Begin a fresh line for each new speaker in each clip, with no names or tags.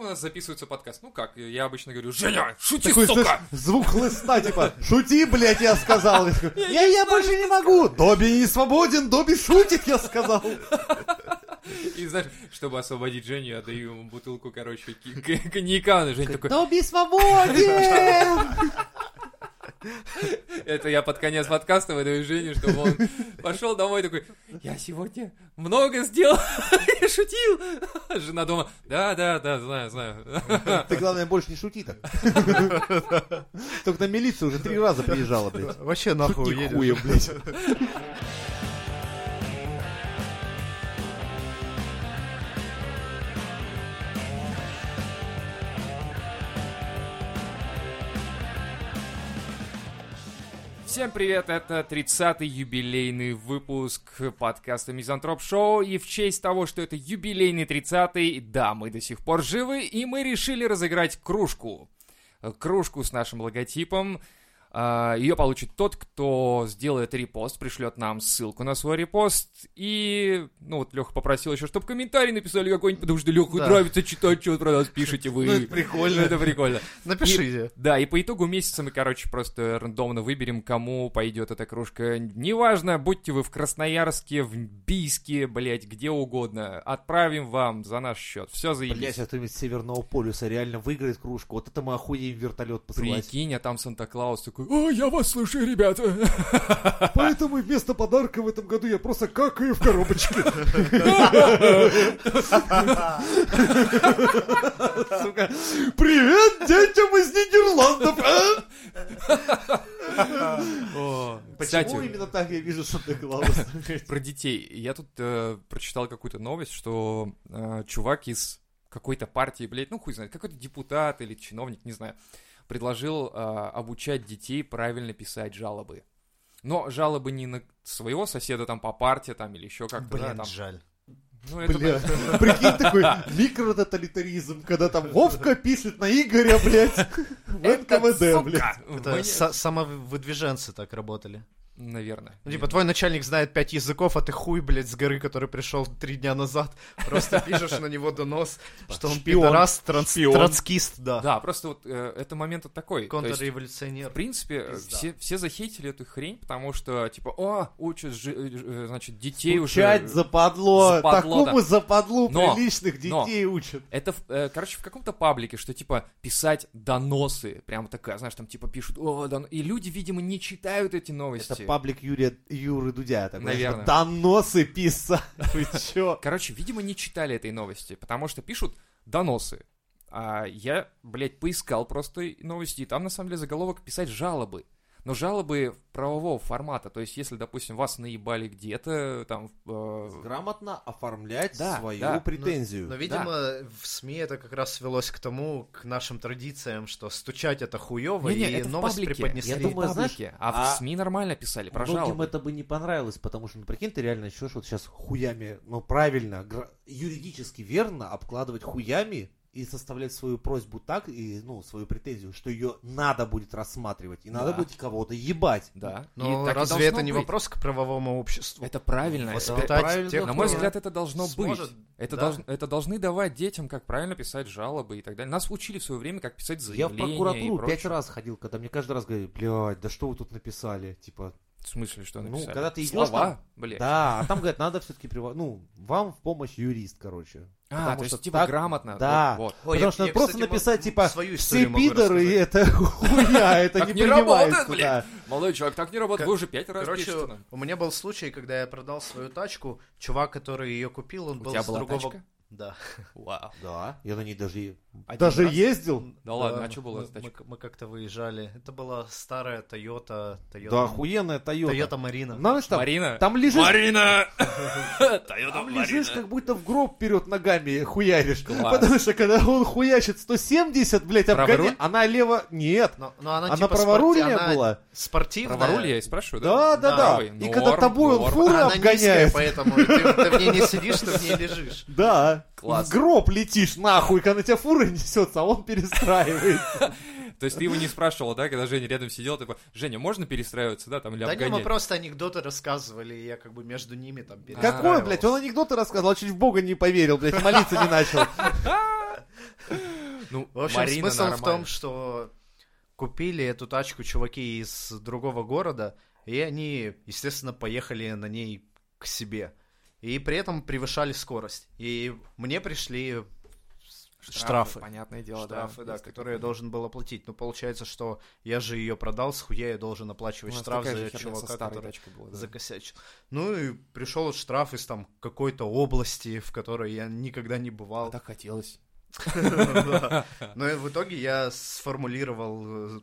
нас записывается подкаст. Ну как, я обычно говорю, Женя, шути,
Такой,
сука!
знаешь, звук хлыста, типа, шути, блядь, я сказал. Я, такой,
Я
«Я- я больше не могу. Добби не свободен, Добби шутит, я сказал.
И знаешь, чтобы освободить Женю, я даю ему бутылку, короче, ки- к- коньяка. И Женя такой,
Добби свободен.
это я под конец подкаста выдаю Жене, чтобы он пошел домой такой, я сегодня много сделал, я шутил. Жена дома, да-да-да, знаю, знаю.
Ты, главное, больше не шути так. Только на милицию уже три раза приезжала, блядь.
Вообще нахуй
Шути
едешь.
хуем, блядь.
Всем привет, это 30-й юбилейный выпуск подкаста Мизантроп Шоу, и в честь того, что это юбилейный 30-й, да, мы до сих пор живы, и мы решили разыграть кружку. Э, Кружку с нашим логотипом. А, Ее получит тот, кто сделает репост, пришлет нам ссылку на свой репост. И, ну вот, Леха попросил еще, чтобы комментарий написали какой-нибудь, потому что Леху
Да.
нравится читать, что вы про нас пишете вы.
Ну, это прикольно.
Это прикольно.
Напишите.
Да, и по итогу месяца мы, короче, просто рандомно выберем, кому пойдет эта кружка. Неважно, будьте вы в Красноярске, в Бийске, блять, где угодно. Отправим вам за наш счет. Все
Блядь,
заебись.
сейчас кто-нибудь с Северного полюса реально выиграет кружку. Вот это мы охуеем вертолет посылать.
Прикинь, а там Санта-Клаус такой, о, я вас слушаю, ребята.
Поэтому вместо подарка в этом году я просто какаю в коробочке. Сука. Привет, детям из Нидерландов! а? Почему
Кстати,
именно так я вижу Санта-Клауса?
про детей. Я тут э, прочитал какую-то новость, что э, чувак из какой-то партии, блядь, ну хуй знает, какой-то депутат или чиновник, не знаю, предложил э, обучать детей правильно писать жалобы. Но жалобы не на своего соседа там по парте там или еще как-то. да,
Блин,
там.
жаль.
Ну, это,
Бля, прикинь, такой микрототалитаризм, когда там Вовка пишет на Игоря, блядь, в НКВД, блядь.
Это
Мне-
са- самовыдвиженцы так работали.
Наверное.
Ну, типа, твой начальник знает пять языков, а ты хуй, блядь, с горы, который пришел три дня назад, просто пишешь на него донос,
Типа,
что он
шпион,
пидорас, транс- троцкист, да.
Да, просто вот э, это момент вот такой. То есть- В
Контрреволюционер.
принципе, э,
Пизда.
все, все захейтили эту хрень, потому что, типа, о, учат, жи- э, значит, детей уже...
Учать западло,
западло,
такому западлу
Но,
приличных
но.
детей учат.
Это, в- э, короче, в каком-то паблике, что, типа, писать доносы, прям такая, знаешь, там, типа, пишут, о, дон-». и люди, видимо, не читают эти новости.
Это паблик Юрия, Юры Дудя. Такой,
Наверное.
Наверное. Доносы писать. Вы чё?
Короче, видимо, не читали этой новости, потому что пишут доносы. А я, блядь, поискал просто новости, и там, на самом деле, заголовок «писать жалобы». Но жалобы правового формата, то есть, если, допустим, вас наебали где-то, там... э,
Грамотно оформлять
Да,
свою
да.
претензию.
Ну,
Но, видимо, в СМИ это как раз свелось к тому, к нашим традициям, что стучать это хуево,
Не-не,
и
это в
новость
паблике.
преподнесли.
Я думаю,
в паблике, а
а-
в СМИ нормально писали про
Ну, Многим
жалобы.
это бы не понравилось, потому что, ну, прикинь, ты реально еще вот сейчас хуями, ну, правильно, гра- юридически верно обкладывать хуями и составлять свою просьбу так, и, ну, свою претензию, что ее надо будет рассматривать, и надо
Да.
будет кого-то ебать.
Да.
Но
И так и
разве это
должно
не
быть.
вопрос к правовому обществу?
Это правильно. это-
Воспитать
правильно,
тех,
На мой
кто-
взгляд, это должно
сможет,
быть. Это,
да.
долж- это должны давать детям, как правильно писать жалобы и так далее. Нас учили в свое время, как писать
Я в
заявления и
прокуратуру
прочее.
пять раз ходил, когда мне каждый раз говорили, блядь, да что вы тут написали? Типа,
В смысле, что
Ну,
написали?
когда ты идёшь
Слова,
там-
блядь.
Да, а там, говорят, надо все-таки ну, вам в помощь юрист, короче.
А,
потому
то есть,
что
типа,
так-
грамотно.
да.
Вот, вот.
Ой,
Потому
я-
что
я,
надо просто
кстати,
написать,
м-
типа,
свою
Все
историю могу
пидоры,
рассказать.
это хуйня, это
Так
не
не работает,
принимается. да.
Молодой человек, так не работает.
Ко-
Вы уже пять раз
Короче,
пишете нам.
у меня был случай, когда я продал свою тачку, чувак, который ее купил, он
У
был
тебя
с
была
другого...
тачка?
Да.
Вау.
Да, я на ней даже... и-
Один
даже
раз?
ездил?
Да ладно, а чё было
мы-
за тачка?
Мы, мы как-то выезжали. Это была старая Toyota... Toyota
Да, охуенная Тойота.
Toyota Marina.
Знаешь, там,
Марина.
там лежишь,
Марина! Тойота
там лежишь, как будто в гроб вперед ногами хуяришь.
Класс.
Потому что когда он хуячит 170, блядь,
Правый
обгоняет,
руль?
она лево... Нет,
Но, но она,
она
типа
праворульная
спорти- она
была?
Спортивная.
Праворулье, я и спрашиваю,
Да, да,
Да,
да.
ой,
И
норм,
когда тобой он
норм.
фуры
Она низкая,
обгоняет.
поэтому ты, ты в ней не сидишь, ты в ней лежишь.
Да.
Класс.
В гроб летишь нахуй, когда на тебя фура несется, а он перестраивается.
То есть ты его не спрашивал, да, когда Женя рядом сидел, типа, Женя, можно перестраиваться, да, там, или
Да не, мы
обгонять?
просто анекдоты рассказывали, и я как бы между ними там
Какой, блядь, он анекдоты рассказал, чуть в бога не поверил, блядь, молиться не начал.
Ну,
В общем,
Марина
смысл в
нормально.
том, что купили эту тачку чуваки из другого города, и они, естественно, поехали на ней к себе. И при этом превышали скорость. И мне пришли штрафы.
А, Понятное дело,
штрафы, да,
Есть
которые я
такое.
должен был оплатить. Но получается, что я же ее продал, с хуя я должен
У
оплачивать
нас
штраф
такая же
за
херня со
чувака,
старой
который
тачкой была, да.
закосячил. Ну и пришел штраф из там какой-то области, в которой я никогда не бывал.
А так хотелось.
Да. Но и в итоге я сформулировал э,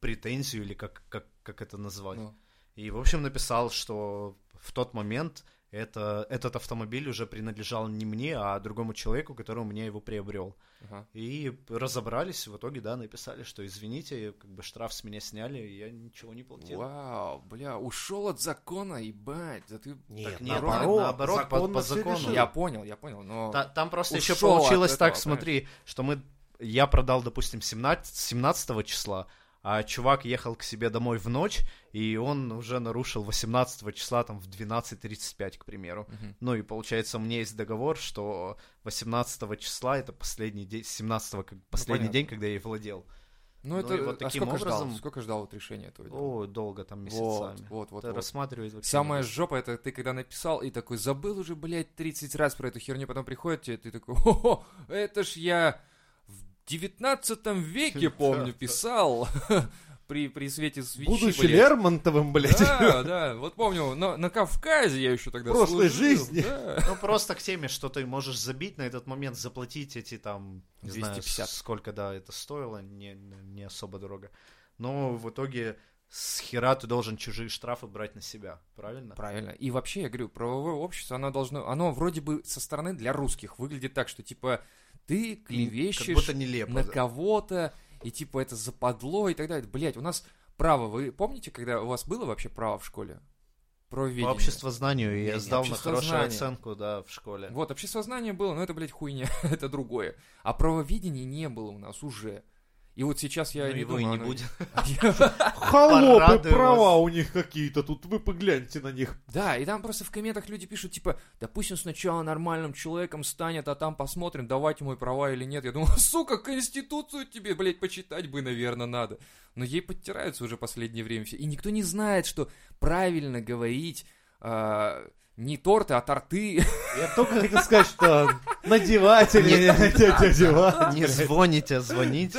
претензию, или как, как, как это назвать.
Ну.
И, в общем, написал, что в тот момент это, этот автомобиль уже принадлежал не мне, а другому человеку, который у меня его приобрел.
Ага.
И разобрались, в итоге, да, написали, что извините, как бы штраф с меня сняли, и я ничего не платил.
Вау, бля, ушел от закона, ебать. Да ты... ну,
Нет,
не,
наоборот,
наоборот, по-
законно
по
всё
закону.
решили.
Я понял, я понял, но...
Та- там просто еще
Ушел от
получилось
этого,
так, смотри, что мы, я продал, допустим, 17, 17 числа, а чувак ехал к себе домой в ночь, и он уже нарушил 18 числа, там, в 12.35, к примеру.
Мгм.
Ну и получается, у меня есть договор, что 18 числа это последний день, 17 как последний
понятно.
день, когда я и владел.
Ну,
Ну
это...
и вот
а
таким
сколько ждал?
образом-
Сколько ждал вот решения этого? дела?
О, долго там
вот,
месяцами.
вот, вот,
Это
вот.
рассматривать вообще
Самая
не
жопа, это ты когда написал и такой, забыл уже, блядь, 30 раз про эту херню, потом приходит тебе, ты такой, о, это ж я в 19 веке, помню, писал при, при свете свечи,
Будучи
блядь».
Лермонтовым, блядь.
Да, да, вот помню, но на Кавказе я еще тогда
Прошлой
служил,
жизни.
да.
Ну, просто к теме, что ты можешь забить на этот момент, заплатить эти там, не знаю,
250.
сколько, да, это стоило, не, не особо дорого. Но в итоге с хера ты должен чужие штрафы брать на себя, правильно?
Правильно. И вообще, я говорю, правовое общество, оно должно, оно вроде бы со стороны для русских выглядит так, что типа ты
Как
клевещешь
будто нелепо.
на
да.
кого-то, и типа это западло и так далее. Блять, у нас право, вы помните, когда у вас было вообще право в школе? Про
По обществу знанию
Не,
я
не,
сдал на
общество
хорошую
знания.
оценку, да, в школе.
Вот, обществознание было, но это, блядь, хуйня, это другое. А правоведения не было у нас уже. И вот сейчас я
Ну,
не
его
думаю,
и не
оно-
будет.
Холопы,
Порадуй
права у них какие-то тут, вы погляньте на них.
Да, и там просто в комментах люди пишут, типа, допустим, сначала нормальным человеком станет, а там посмотрим, давать ему и права или нет. Я думаю, сука, Конституцию тебе, блядь, почитать бы, наверное, надо. Но ей подтираются уже последнее время все. И никто не знает, что правильно говорить а, не торты, а торты.
Я только хотел сказать, что надевать или не надевать.
Не звоните, звоните.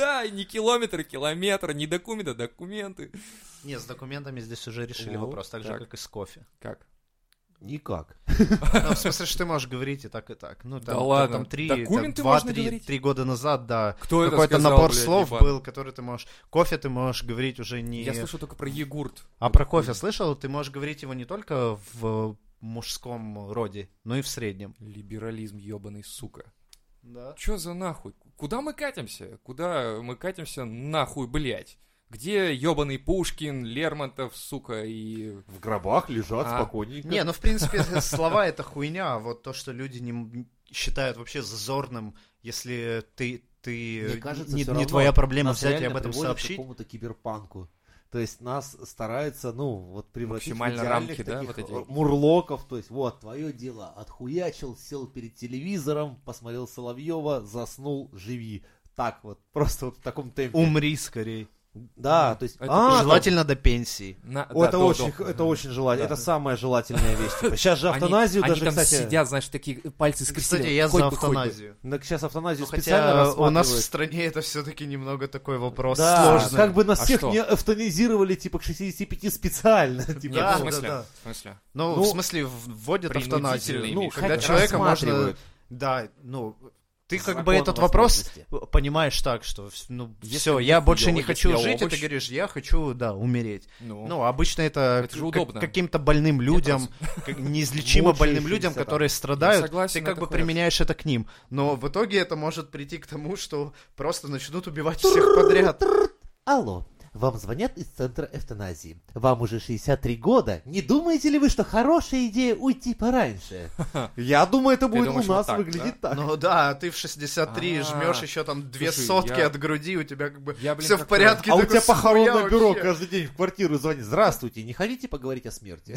Да, и не километр, километр, не документы, а документы.
Не, с документами здесь уже решили
Вот
вопрос, так же,
так.
как и с кофе.
Как?
Никак.
Ну, в смысле, что ты можешь говорить и так, и так. Ну,
Да
там,
ладно,
там три,
документы
там два,
можно
три,
говорить?
три года назад, да,
Кто это
какой-то
сказал,
набор
блядь,
слов
ебан?
был, который ты можешь... Кофе ты можешь говорить уже не...
Я слышал только про йогурт.
А про кофе слышал? Ты можешь говорить его не только в мужском роде, но и в среднем.
Либерализм, ебаный, сука.
Да.
Чё за нахуй? Куда мы катимся? Куда мы катимся нахуй, блядь? Где ёбаный Пушкин, Лермонтов, сука, и...
В гробах лежат
А.
спокойненько.
Не, ну, в принципе, слова — это хуйня, а вот то, что люди не м- считают вообще зазорным, если ты, ты
Мне кажется,
не,
всё
не
равно
твоя проблема
Нас
взять и
реально
об этом
приводят к
сообщить.
какому-то киберпанку. То есть нас стараются, ну, вот превратить
Максимально
в идеальных
рамки, да,
таких
вот эти?
э, мурлоков. То есть, вот, твое дело, отхуячил, сел перед телевизором, посмотрел Соловьева, заснул, живи. Так вот, просто вот в таком темпе.
Умри скорее.
Да, то есть...
Это
а, там-
Желательно до пенсии.
На...
О,
да,
это,
до-
очень,
до.
это очень желательно.
Да.
Это самая желательная вещь. Типа, сейчас же
Они-
автоназию
они
даже,
там
кстати...
сидят, знаешь, такие пальцы скрестили.
Кстати, я
Хоть
за
бы, хоть бы.
автоназию.
Ну, Сейчас автоназию
Ну,
специально
хотя у нас в
рассматривают.
стране это все-таки немного такой вопрос
Да,
сложный.
как бы нас
А
всех
что?
не автонизировали, типа, к 65 специально.
Нет, ну,
Типа,
Да,
в
да,
смысле?
да.
В смысле?
Ну,
Ну,
в смысле, в- вводят
принудительный,
автоназию.
Ну, имеешь в
когда
виду.
человека можно...
рассматривают.
Да, ну, ты как
Закон
бы этот
о
вопрос
возможности.
понимаешь так, что вс- ну,
Если
все,
мне
я больше
хуёво,
не
если
хочу
я
жить, и ты
овощ.
говоришь, я хочу, да, умереть.
Ну,
Ну, обычно это,
Это же
к-
удобно.
каким-то больным людям, как- неизлечимо больным
Мучающимся,
людям,
да.
которые страдают,
Я согласен,
ты как
это
бы
хорошо.
применяешь это к ним. Но в итоге это может прийти к тому, что просто начнут убивать всех подряд.
Алло, вам звонят из центра эвтаназии. Вам уже 63 года. Не думаете ли вы, что хорошая идея уйти пораньше? Я думаю, это будет
думаешь,
у
вот
нас
так,
выглядеть так.
Ну да, ты в 63
А,
жмешь еще там две
слушай,
сотки
я-
от груди, у тебя как бы
Я, блин,
все в
как-то-
порядке.
А у
такой,
тебя
«Сука,
похоронное
я
бюро
вообще».
каждый день в квартиру звонит. Здравствуйте, не хотите поговорить о смерти?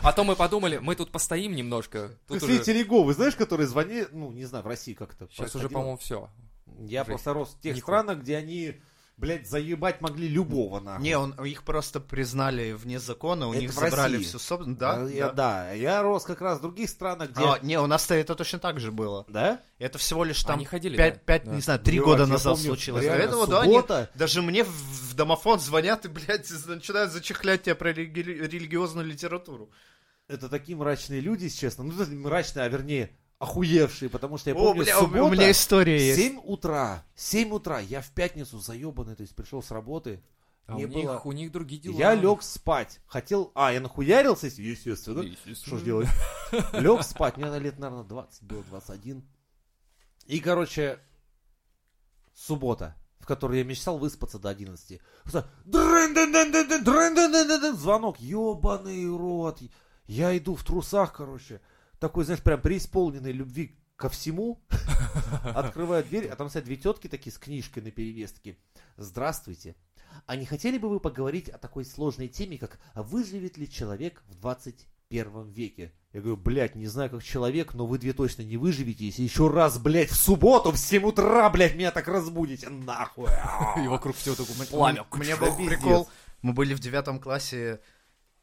а то мы подумали, мы тут постоим немножко. Тут
Ты
уже...
Тереговы, знаешь, которые звонили, ну, не знаю, в России как-то.
Сейчас уже,
происходило?
по-моему, все.
Я
Жесть.
просто рос в тех
Нихуя.
странах, где они, блядь, заебать могли любого, нахуй.
Не, он, их просто признали вне закона, у
Это
них
в
забрали
России.
всю собственность.
да,
Да,
А, я,
да.
да. я рос как раз в других странах, где...
А, не, у нас-то это точно так же было.
Да?
Это всего лишь там
Они ходили,
пять,
да?
пять,
Да.
не знаю, три
Блядь,
года
я
назад
помню,
случилось.
реально,
До этого, да, они
суббота.
даже мне в, в домофон звонят и, блядь, начинают зачехлять тебя про религи- религиозную литературу.
Это такие мрачные люди, если честно. Ну, не мрачные, а вернее, охуевшие, потому что я
О,
помню,
бля, у-
суббота,
у меня история есть.
7 утра, 7 утра, я в пятницу заебанный, то есть пришел с работы,
А
не
у,
было...
них, у них другие дела.
Я лег спать, хотел... А, я нахуярился, если- естественно. Что ж делать? Лег спать, мне на лет, наверное, 20 было, 21. И, короче, суббота, в которой я мечтал выспаться до 11. Просто дрын-дын-дын-дын-дын, дрын-дын-дын-дын-дын, Звонок, ебаный рот. Я иду в трусах, короче. Такой, знаешь, прям преисполненный любви ко всему. Открываю дверь, а там стоят две тетки такие с книжкой на перевестке. Здравствуйте. А не хотели бы вы поговорить о такой сложной теме, как выживет ли человек в 21 веке? Я говорю, блядь, не знаю, как человек, но вы две точно не выживете, если еще раз, блядь, в субботу в 7 утра, блядь, меня так разбудите, нахуй.
И вокруг всего такое пламя.
Мне был
пиздец.
прикол. Мы были в девятом классе,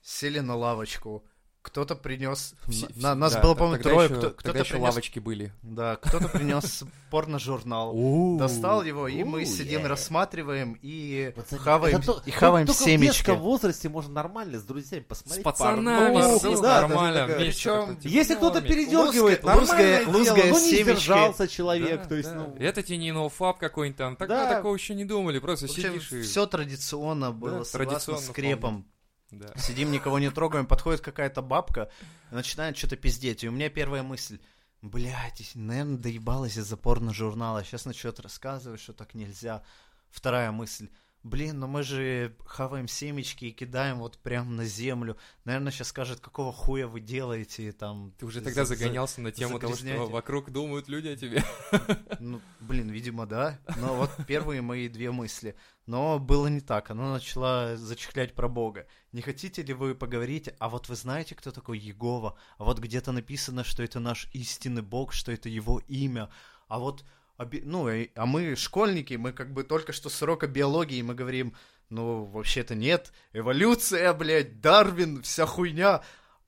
сели на лавочку. Кто-то принес...
Все-
на-
все-
нас
да,
было,
т-
по-моему,
тогда
трое.
еще-
кто-
Тогда
Кто-то
еще
принес...
лавочки были.
Да, кто-то принес порножурнал. Достал его, и мы
Оу,
сидим,
yeah.
рассматриваем и
Пацаны,
хаваем,
это то-
и хаваем
только В
семечки.
детском возрасте можно нормально с друзьями посмотреть.
С пацанами,
порнуху,
всё
да,
нормально.
даже такая-
вместе
Причём,
такой, типа,
Если кто-то
нормик.
передергивает,
Лузгая-
нормальное
лузгая-
дело,
лузгая
ну не
семечки.
сдержался
Да,
человек, то есть,
да.
ну...
Это тебе не ноуфап какой-нибудь там. Так,
Да.
такого еще не думали. Просто сидишь и...
все традиционно было,
Да,
согласно
традиционно
с крепом.
Да.
Сидим, никого не трогаем, подходит какая-то бабка, начинает что-то пиздеть. И у меня первая мысль, блядь, наверное, доебалась из-за порно-журнала, сейчас начнет рассказывать, что так нельзя. Вторая мысль, блин, ну мы же хаваем семечки и кидаем вот прям на землю. Наверное, сейчас скажет, какого хуя вы делаете там.
Ты уже тогда
За- за-
загонялся на тему того, что
загрязняете.
вокруг думают люди о тебе.
Ну, блин, видимо, да. Но вот первые мои две мысли. Но было не так. Она начала зачехлять про Бога. Не хотите ли вы поговорить? А вот вы знаете, кто такой Егова? А вот где-то написано, что это наш истинный Бог, что это его имя. А вот, обе- ну, и- а мы школьники, мы как бы только что с урока биологии, мы говорим, ну, вообще-то нет, эволюция, блядь, Дарвин, вся хуйня.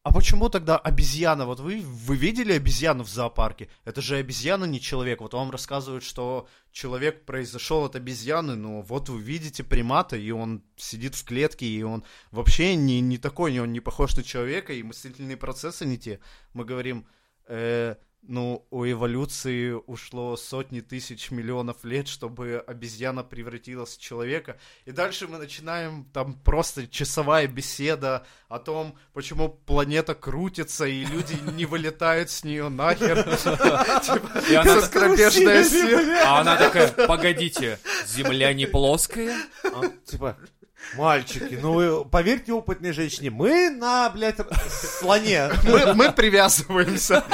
А почему тогда обезьяна? Вот вы, вы видели обезьяну в зоопарке? Это же обезьяна, не человек. Вот вам рассказывают, что человек произошел от обезьяны, но вот вы видите примата, и он сидит в клетке, и он вообще не, не такой, и он не похож на человека, и мыслительные процессы не те. Мы говорим, «Э, ну, у эволюции ушло сотни тысяч миллионов лет, чтобы обезьяна превратилась в человека. И дальше мы начинаем там просто часовая беседа о том, почему планета крутится, и люди не вылетают с нее нахер. Типа,
И она-
Соскорбежная сила.
А она такая, погодите, земля не плоская?
А, типа, мальчики, ну вы поверьте опытной женщине, мы на, блядь, р- слоне.
Мы, мы привязываемся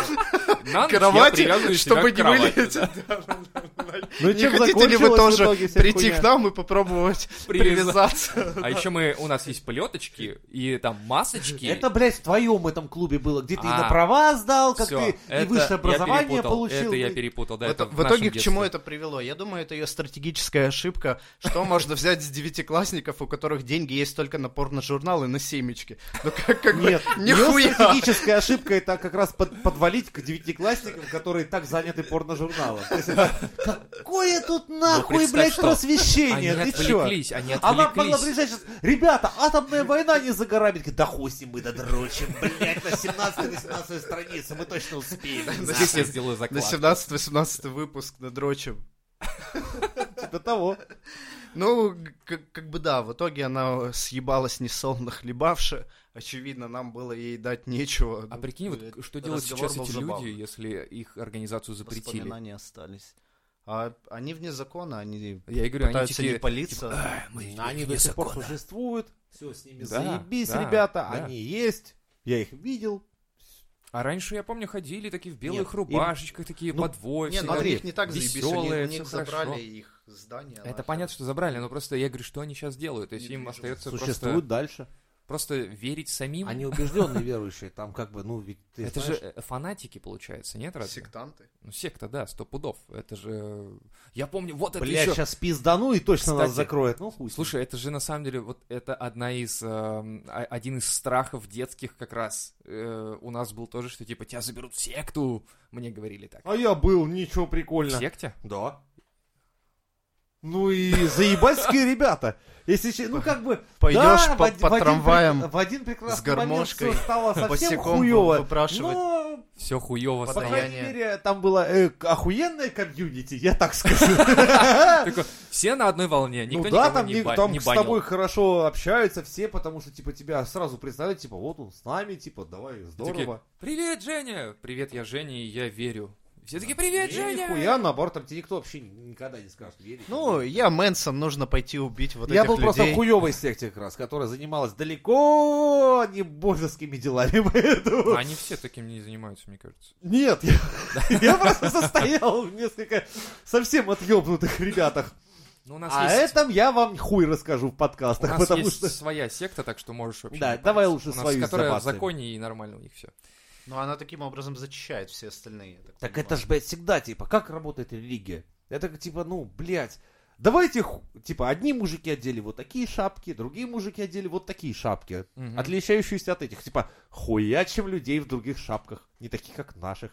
На
к
ночь я
кровати,
привязываю себя
чтобы
к
не
кровати.
вылететь.
Ну и
Не
чем
хотите ли вы
закончилась в
тоже
итоге вся
прийти
хуйня?
к нам и попробовать
Привязаться.
привязаться?
А еще мы, у нас есть плеточки и там масочки.
Это, блядь, в твоем этом клубе было, где ты и на
А.
права сдал, как
Всё,
ты и
это
высшее
я
образование
перепутал,
получил.
Это я
блядь.
перепутал, да.
В
это
итог-
в
в итоге
нашем
к чему
детстве.
это привело? Я думаю, это ее стратегическая ошибка. Что можно взять с девятиклассников, у которых деньги есть только на порно-журналы, на семечки? Ну как, как бы,
Нет, ее
нихуя!
стратегическая ошибка это как раз под- подвалить к девятиклассникам, которые так заняты порножурналом. То есть это, какое тут нахуй,
Ну, представь,
блядь,
что Они
просвещение, ты чё?
отвлеклись, они
Она могла
отвлеклись.
приезжать сейчас, ребята, атомная война не за горами. Такие, Да хуй с ним мы додрочим, блядь, на 17-18 странице, мы точно успеем.
Здесь я сделаю
На
заклад.
17-18 выпуск надрочим.
До того.
Ну, как, как бы да, в итоге она съебалась несолоно хлебавши. Очевидно, нам было ей дать нечего.
А прикинь,
Блядь,
вот что делают
разговор
сейчас
был
эти
забавный.
люди, если их организацию запретили?
Воспоминания остались. А они вне закона, они
Я и говорю, они
пытаются типа, не
такие...
палиться.
Э,
«А, мы
Они
вне
до сих пор
закона».
существуют. Все с ними
Да,
заебись,
да,
ребята,
да.
они есть. Я их видел.
А раньше, я помню, ходили такие в белых
Нет, им-
рубашечках, такие
Ну,
под вой,
Не,
все
ну у
такие
них не так заебись, у них-
весёлые,
у них
всё
забрали
хорошо.
их здание.
Это
нахер.
понятно, что забрали, но просто я говорю, что они сейчас делают? То есть им
Недвижимость.
остается
Существуют
просто...
дальше.
просто верить самим.
Они убежденные верующие, там как бы, ну, ведь ты
Это
знаешь,
же э, фанатики, получается, нет, разве?
Сектанты.
Ну, секта, да, сто пудов. Это же... э, Я помню, вот это
бля,
еще...
сейчас пиздану и точно нас
Кстати,
закроет. Ну, хуй. с ним.
Слушай, это же на самом деле вот это одна из эм, а- один из страхов детских как раз Э, у нас был тоже, что типа тебя заберут в секту, мне говорили так.
А я был, ничего
В
прикольно.
секте?
Да. Ну и заебальские ребята. Если че- ну как бы...
Пойдешь
да, в
под,
од-
под
в один
трамваем
прек- В один прекрасный
гармошкой,
момент всё стало совсем
босиком
хуёво.
выпрашивать.
Но,
Все хуево.
по
Постоянно.
стало.
крайней
Подаяние.
мере, там было э, к- охуенное комьюнити, я так скажу.
Такой, Все на одной волне, никто
ну да,
никого
там,
не
ни-
ба-
там
не
с
банил.
тобой хорошо общаются все, потому что, типа, тебя сразу представляют, типа, вот он с нами, типа, давай, здорово.
Привет, Женя! Привет, я Женя, и я верю. Все таки привет,
И
Женя!
нихуя, наоборот, там тебе никто вообще никогда не скажет верить.
Ну, я Мэнсом, нужно пойти убить вот
я
этих
был просто в
людей.
хуёвой секте как раз, которая занималась далеко не божескими делами, поэтому...
Они все таким не занимаются, мне кажется.
Нет, я, я просто состоял в несколько совсем отъебнутых ребятах.
Ну, у нас
А
есть...
этом я вам хуй расскажу в
У
подкастах,
нас
потому
есть
что...
своя секта, так что можешь вообще...
Да,
не париться.
давай лучше
У нас,
свою
Которая в
забацаем.
законе и нормально у них все.
Но Ну, она таким образом зачищает все остальные. я
Так
понимаю.
это ж, блядь, всегда, типа, как работает религия? Это как, типа, ну, блядь, давайте, ху- типа, одни мужики одели вот такие шапки, другие мужики одели вот такие шапки,
Мгм.
отличающиеся от этих, типа, хуячим людей в других шапках, не таких, как наших.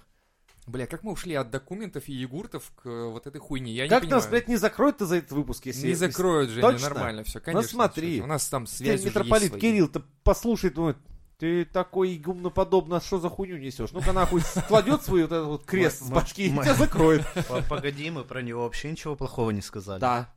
Бля, как мы ушли от документов и егуртов к э, вот этой хуйне? Я
как
не
нас,
понимаю.
блядь, не закроют-то за этот выпуск, если...
не закроют, Женя,
Точно?
нормально
Ну,
все, конечно.
смотри.
слушай, У нас там
если
связь
тебя митрополит
уже есть свои.
Кирилл-то послушает, думает, ну, ты такой игумноподобно, что за хуйню несешь? Ну-ка нахуй кладет свой вот этот вот крест с
Мы-
башки и
мы-
тебя закроет.
П- Погоди, мы про него вообще ничего плохого не сказали.
Да.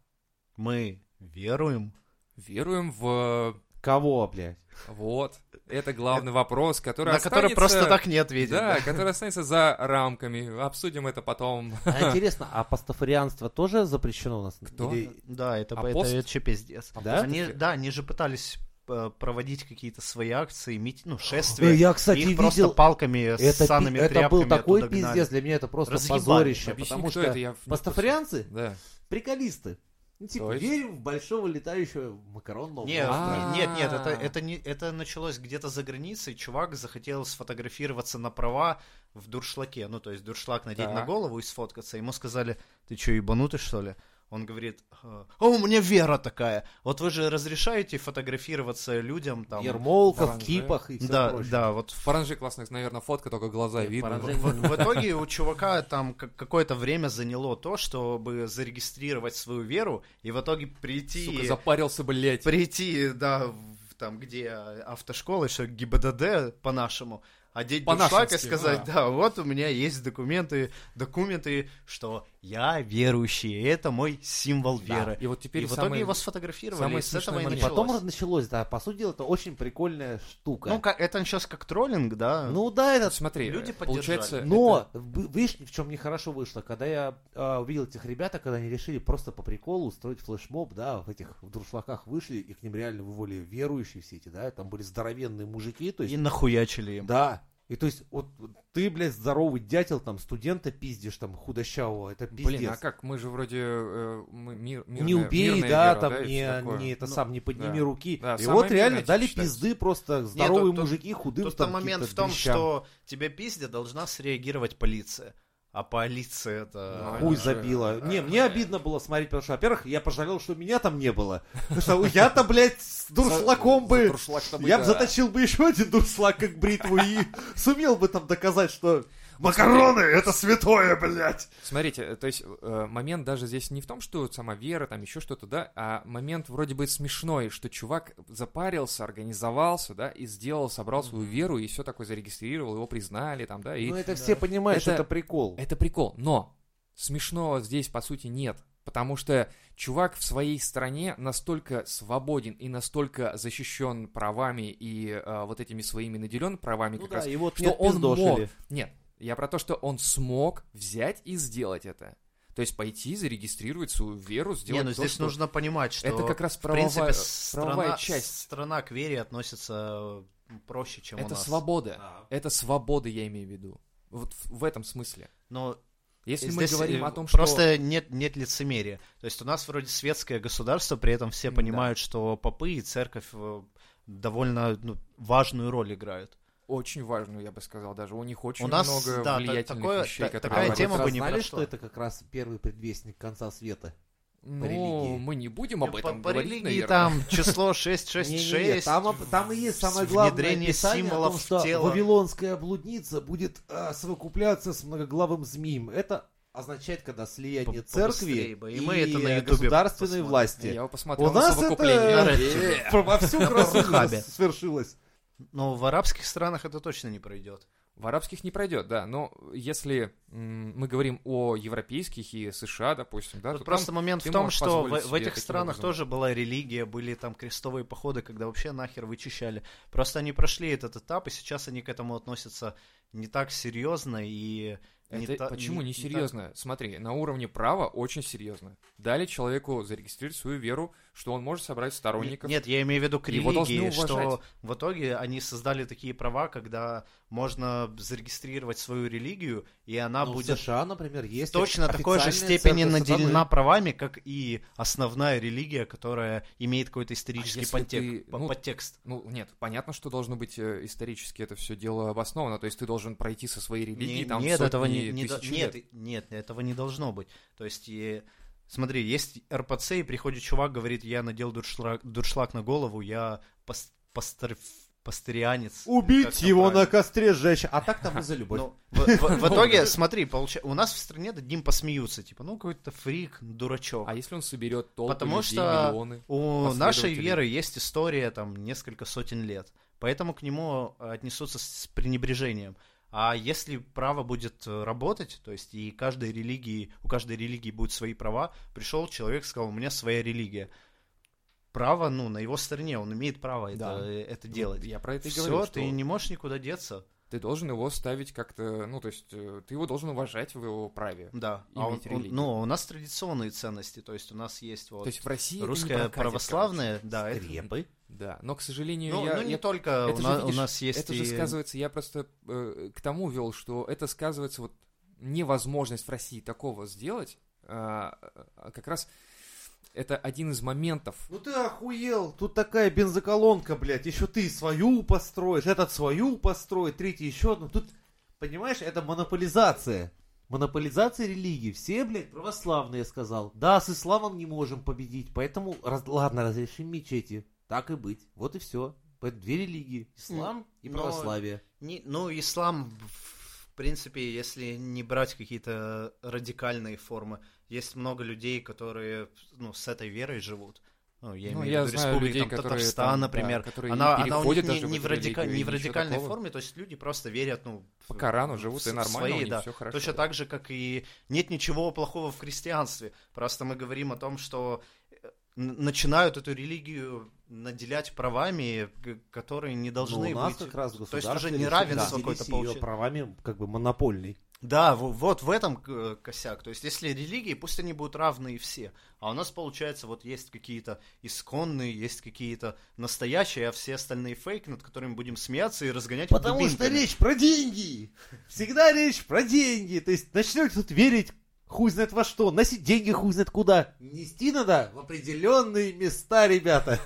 Мы веруем.
Веруем в...
Кого, блядь?
Вот. Это главный вопрос,
Ну,
который
Э, На который
останется-
просто так не ответили.
Да, который останется за рамками. Обсудим это потом.
А интересно, а пастафарианство тоже запрещено у нас?
Кто?
Или-
Да, это, это,
Апост-
вообще пиздец.
типа. А Да?
Они, да, они же пытались э, проводить какие-то свои акции, мити... ну, шествия.
Ой, Я, кстати,
Их просто
видел...
палками с
Это,
санными
пи- это был
тряпками
такой
оттуда гнали.
пиздец, для меня это просто
Разъебали.
позорище,
Объясни,
потому
кто
что
это, я... в- не в курсе.
пастафарианцы
Да.
приколисты. Ну, типа,
То есть?
верим в большого летающего макаронного
Нет,
А.
нет, нет, это, это, не, это началось где-то за границей. Чувак захотел сфотографироваться на права в дуршлаке. Ну, то есть дуршлак надеть
Так.
на голову и сфоткаться. Ему сказали, ты что, ебанутый, что ли? Он говорит, «Э, о, у меня вера такая. Вот вы же разрешаете фотографироваться людям там.
Ермолков,
Фаранже.
Кипах и все
Да,
прочее.
да, вот в-
Фаранжи классных, наверное, фотка, только глаза
Нет,
видно.
Фаранжи-
Э, в, в итоге у чувака там как- какое-то время заняло то, чтобы зарегистрировать свою веру и в итоге прийти
Сука, запарился, блядь.
прийти, да, в- там, где автошкола, еще ГИБДД по-нашему, одеть
По-нашенски, ну
дуршлаг и сказать,
да.
да. вот у меня есть документы, документы, что я верующий, и это мой символ веры.
И вот теперь
и в итоге
самое-
его сфотографировали,
самый
и с этого
смешной
и
момент. ну
началось.
Ну, Потом раз началось, да, по сути дела, это очень прикольная штука.
Ну, как, это сейчас как троллинг, да?
Ну да, это...
Смотри,
Люди поддержали.
получается...
Но, вы- видишь, в чем нехорошо вышло, когда я а, увидел этих ребят, когда они решили просто по приколу устроить флешмоб, да, в этих в дуршлаках вышли, и к ним реально вывели верующие все эти, да, там были здоровенные мужики, то есть...
и нахуячили им.
Да. И то есть, вот ты, блядь, здоровый дятел, там, студента пиздишь, там, худощавого, это пиздец.
Блин, а как? Мы же вроде э, мы- мир, мирная,
не убей,
мирная
да,
вера,
там,
и всё такое.
не, не это
Ну,
сам, не подними
да.
руки.
Да,
и
самое
вот реально
мирное
дали
считается.
пизды просто здоровые
тут-
мужики, худым
Тут-то
там
момент в
каким-то
том,
дрищам.
что тебе пиздят, должна среагировать полиция. А полиция это...
Ну,
Хуй
Понятно.
забила. Не, мне обидно было смотреть, потому что, во-первых, я пожалел, что меня там не было. Потому что я-то, блядь, с дуршлаком
За-
бы...
за дуршлаг-то бы,
Я бы
да.
заточил бы еще один дуршлаг, как бритву, и сумел бы там доказать, что макароны — это святое, блядь.
Смотрите, то есть э, момент даже здесь не в том, что вот сама вера, там еще что-то, да, а момент вроде бы смешной, что чувак запарился, организовался, да, и сделал, собрал свою веру, и все такое зарегистрировал, его признали, там, да, и...
Ну, это все понимают, что
Это-
это прикол.
Это прикол, но смешного здесь, по сути, нет. Потому что чувак в своей стране настолько свободен и настолько защищен правами и э, вот этими своими наделен правами
Ну
как
да,
раз,
и вот
что
нет,
он
пиздошили.
мог. Нет, я про то, что он смог взять и сделать это. То есть пойти, зарегистрировать свою веру, сделать
Не, ну
то,
здесь
что-
нужно понимать, что...
Это как раз
В
правовая,
принципе,
правовая
страна,
часть.
страна к вере относится э, проще, чем у
Это
нас.
свобода.
Да.
Это свобода, я имею в виду. Вот в, в этом смысле.
Но
Если мы
здесь,
говорим
э,
о том, что...
Просто нет, нет лицемерия. То есть у нас вроде светское государство, при этом все
М,
понимают, что попы и церковь э, довольно ну, важную роль играют.
Очень важную, я бы сказал, даже у них очень
У нас,
много
да, та-
влиятельных
такое-
вещей,
та-
А
которые...
такая
вот
тема
раз-
бы не
знали,
прошла.
что это как раз первый предвестник конца света?
Ну,
религии.
мы не будем об
По-
этом
по,
говорить,
религии
наверное.
там число
Не-не-не,
666.
там, об- там и есть самое
с-
главное
внедрение
описание о том,
символов в
что
тело.
вавилонская блудница будет э, совокупляться с многоглавым змеем. Это означает, когда слияние
По-
церкви
побыстрее бы. И мы это на
э,
Ютубе
государственной
посмотрим.
власти.
Я его посмотрел
У
на
нас
совокупление.
На
это э, во всю красоту
Порнхабе.
свершилось.
Но в арабских странах это точно не пройдет.
В арабских не пройдет, да, но если м, мы говорим о европейских и США, допустим, да,
Тут
то
просто
там
момент
ты
в том,
можешь
что в,
позволить
в
себе
этих
таким
странах
образом.
тоже была религия, были там крестовые походы, когда вообще нахер вычищали. Просто они прошли этот этап, и сейчас они к этому относятся не так серьезно и не
Это
та-
почему не
не- не
серьезно? Смотри, на уровне права очень серьезно. Дали человеку зарегистрировать свою веру, что он может собрать сторонников.
Нет, я имею в виду к
Его должны
религии,
уважать.
что в итоге они создали такие права, когда можно зарегистрировать свою религию, и она
Ну, в
А будет
США, например, есть
точно такой же
официальная
степени
церковь
наделена
сатаны.
правами, как и основная религия, которая имеет какой-то
А
исторический
если
подтек-
ты,
по-
ну,
подтекст.
Ну, нет, понятно, что должно быть э, исторически это все дело обосновано, то есть ты должен пройти со своей религией
Не-
там
нет,
сотни,
этого не, не до-
тысячи лет.
нет, и- нет, этого не должно быть. То есть, э, смотри, есть РПЦ, и приходит чувак, говорит, я надел дуршлаг, дуршлаг на голову, я пас- пастор- пастырианец. Как
Убить
там
его
правильно?
на костре сжечь. А так там и за любовь.
Ну, в, в- в итоге, смотри, получа- у нас в стране над ним посмеются, типа, ну какой-то фрик, дурачок.
А если он соберет толпы
Потому
людей,
что
миллионы?
У нашей
последователей.
веры есть история там несколько сотен лет, поэтому к нему э, отнесутся с пренебрежением. А если право будет э, работать, то есть и каждой религии, у каждой религии будут свои права, пришел человек, сказал, у меня своя религия. Право, ну, на его стороне, он имеет право
Да.
это, э, это
Ну,
делать.
Я про это и
Все,
говорю, что
ты не можешь никуда деться.
ты должен его ставить как-то, ну, то есть э, ты его должен уважать в его праве.
Да.
Иметь
А он- он-
религию.
ну, у нас традиционные ценности, то есть у нас есть вот
То есть в России это не
русское
проходит,
православное, да, это-
Скрепы.
Да, но, к сожалению,
Ну,
я,
ну, не
я-
только
это
у,
же,
на- у
видишь,
нас есть
это же
и-
сказывается, я просто э, к тому вел, что это сказывается вот невозможность в России такого сделать, а, а, как раз это один из моментов.
Ну ты охуел, тут такая бензоколонка, блядь, еще ты свою построишь, этот свою построит, третий еще одну. Тут, понимаешь, это монополизация. Монополизация религии. Все, блядь, православные, я сказал. Да, с исламом не можем победить, поэтому, раз- ладно, разрешим мечети. Так и быть. Вот и все. Поэтому две религии. Ислам и
Но-
православие.
Не- ну, ислам, в принципе, если не брать какие-то радикальные формы, есть много людей, которые ну, с этой верой живут. Ну, я
Ну,
имею
я
в виду
знаю
республики,
людей,
там,
которые
Татарстан,
там, да,
например.
которые не
она, она у
переходят
них не,
даже в
не
эту
в, радика-
религию,
не в
ничего
радикальной
такого.
форме, то есть люди просто верят, ну... в-
По Корану
в
живут,
с-
и
в
нормально, у
свои,
них
да.
все хорошо.
Точно так же, как и нет ничего плохого в христианстве. Просто мы говорим о том, что э, н- начинают эту религию наделять правами, г- которые не должны
Но Ну, у нас
быть.
как раз
То есть уже
государство
неравенство
решило
какое-то
делиться
получилось.
ее правами как бы монопольный.
Да, в- вот в этом э, косяк. То есть, если религии, пусть они будут равны и все. А у нас, получается, вот есть какие-то исконные, есть какие-то настоящие, а все остальные фейк, над которыми будем смеяться и разгонять
Потому что
дубинками.
речь про деньги. Всегда речь про деньги. То есть начнете тут верить хуй знает во что, носить деньги хуй знает куда. Нести надо в определенные места, ребята.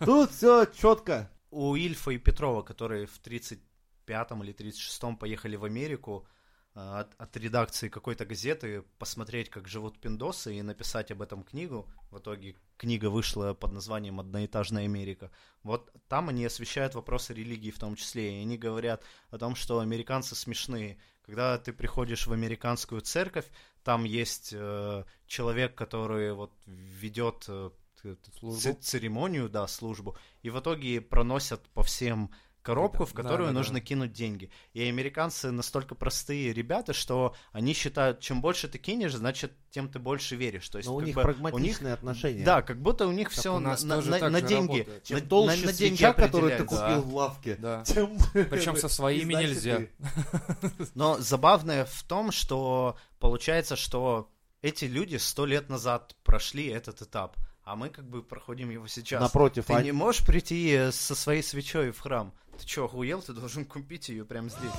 Тут все четко.
у Ильфа и Петрова, которые в 35-м или 36-м поехали в Америку э, от, от редакции какой-то газеты посмотреть, как живут пиндосы, и написать об этом книгу. В итоге книга вышла под названием «Одноэтажная Америка». Вот там они освещают вопросы религии в том числе, и они говорят о том, что американцы смешные. Когда ты приходишь в американскую церковь, там есть э, человек, который вот ведет э, т- т-
Службу.
ц- церемонию, да, службу, и в итоге проносят по всем коробку, в
Да,
которую
да, да.
нужно кинуть деньги. И американцы настолько простые ребята, что они считают, чем больше ты кинешь, значит, тем ты больше веришь. То есть,
Но у
как
них
бы,
прагматичные отношения.
Да, как будто у них
Так
все
у нас
на,
тоже
на-
так
на
же
деньги.
работает.
Чем
на-
толще
на- на деньги
свеча, которую ты
определяется.
купил в лавке,
Да.
тем...
Причем со своими
иначе
нельзя.
ты-
Но забавное в том, что получается, что эти люди сто лет назад прошли этот этап, а мы как бы проходим его сейчас.
Напротив,
Ты
а-
не можешь прийти э, со своей свечой в храм. Ты чё, охуел? Ты должен купить ее прямо здесь.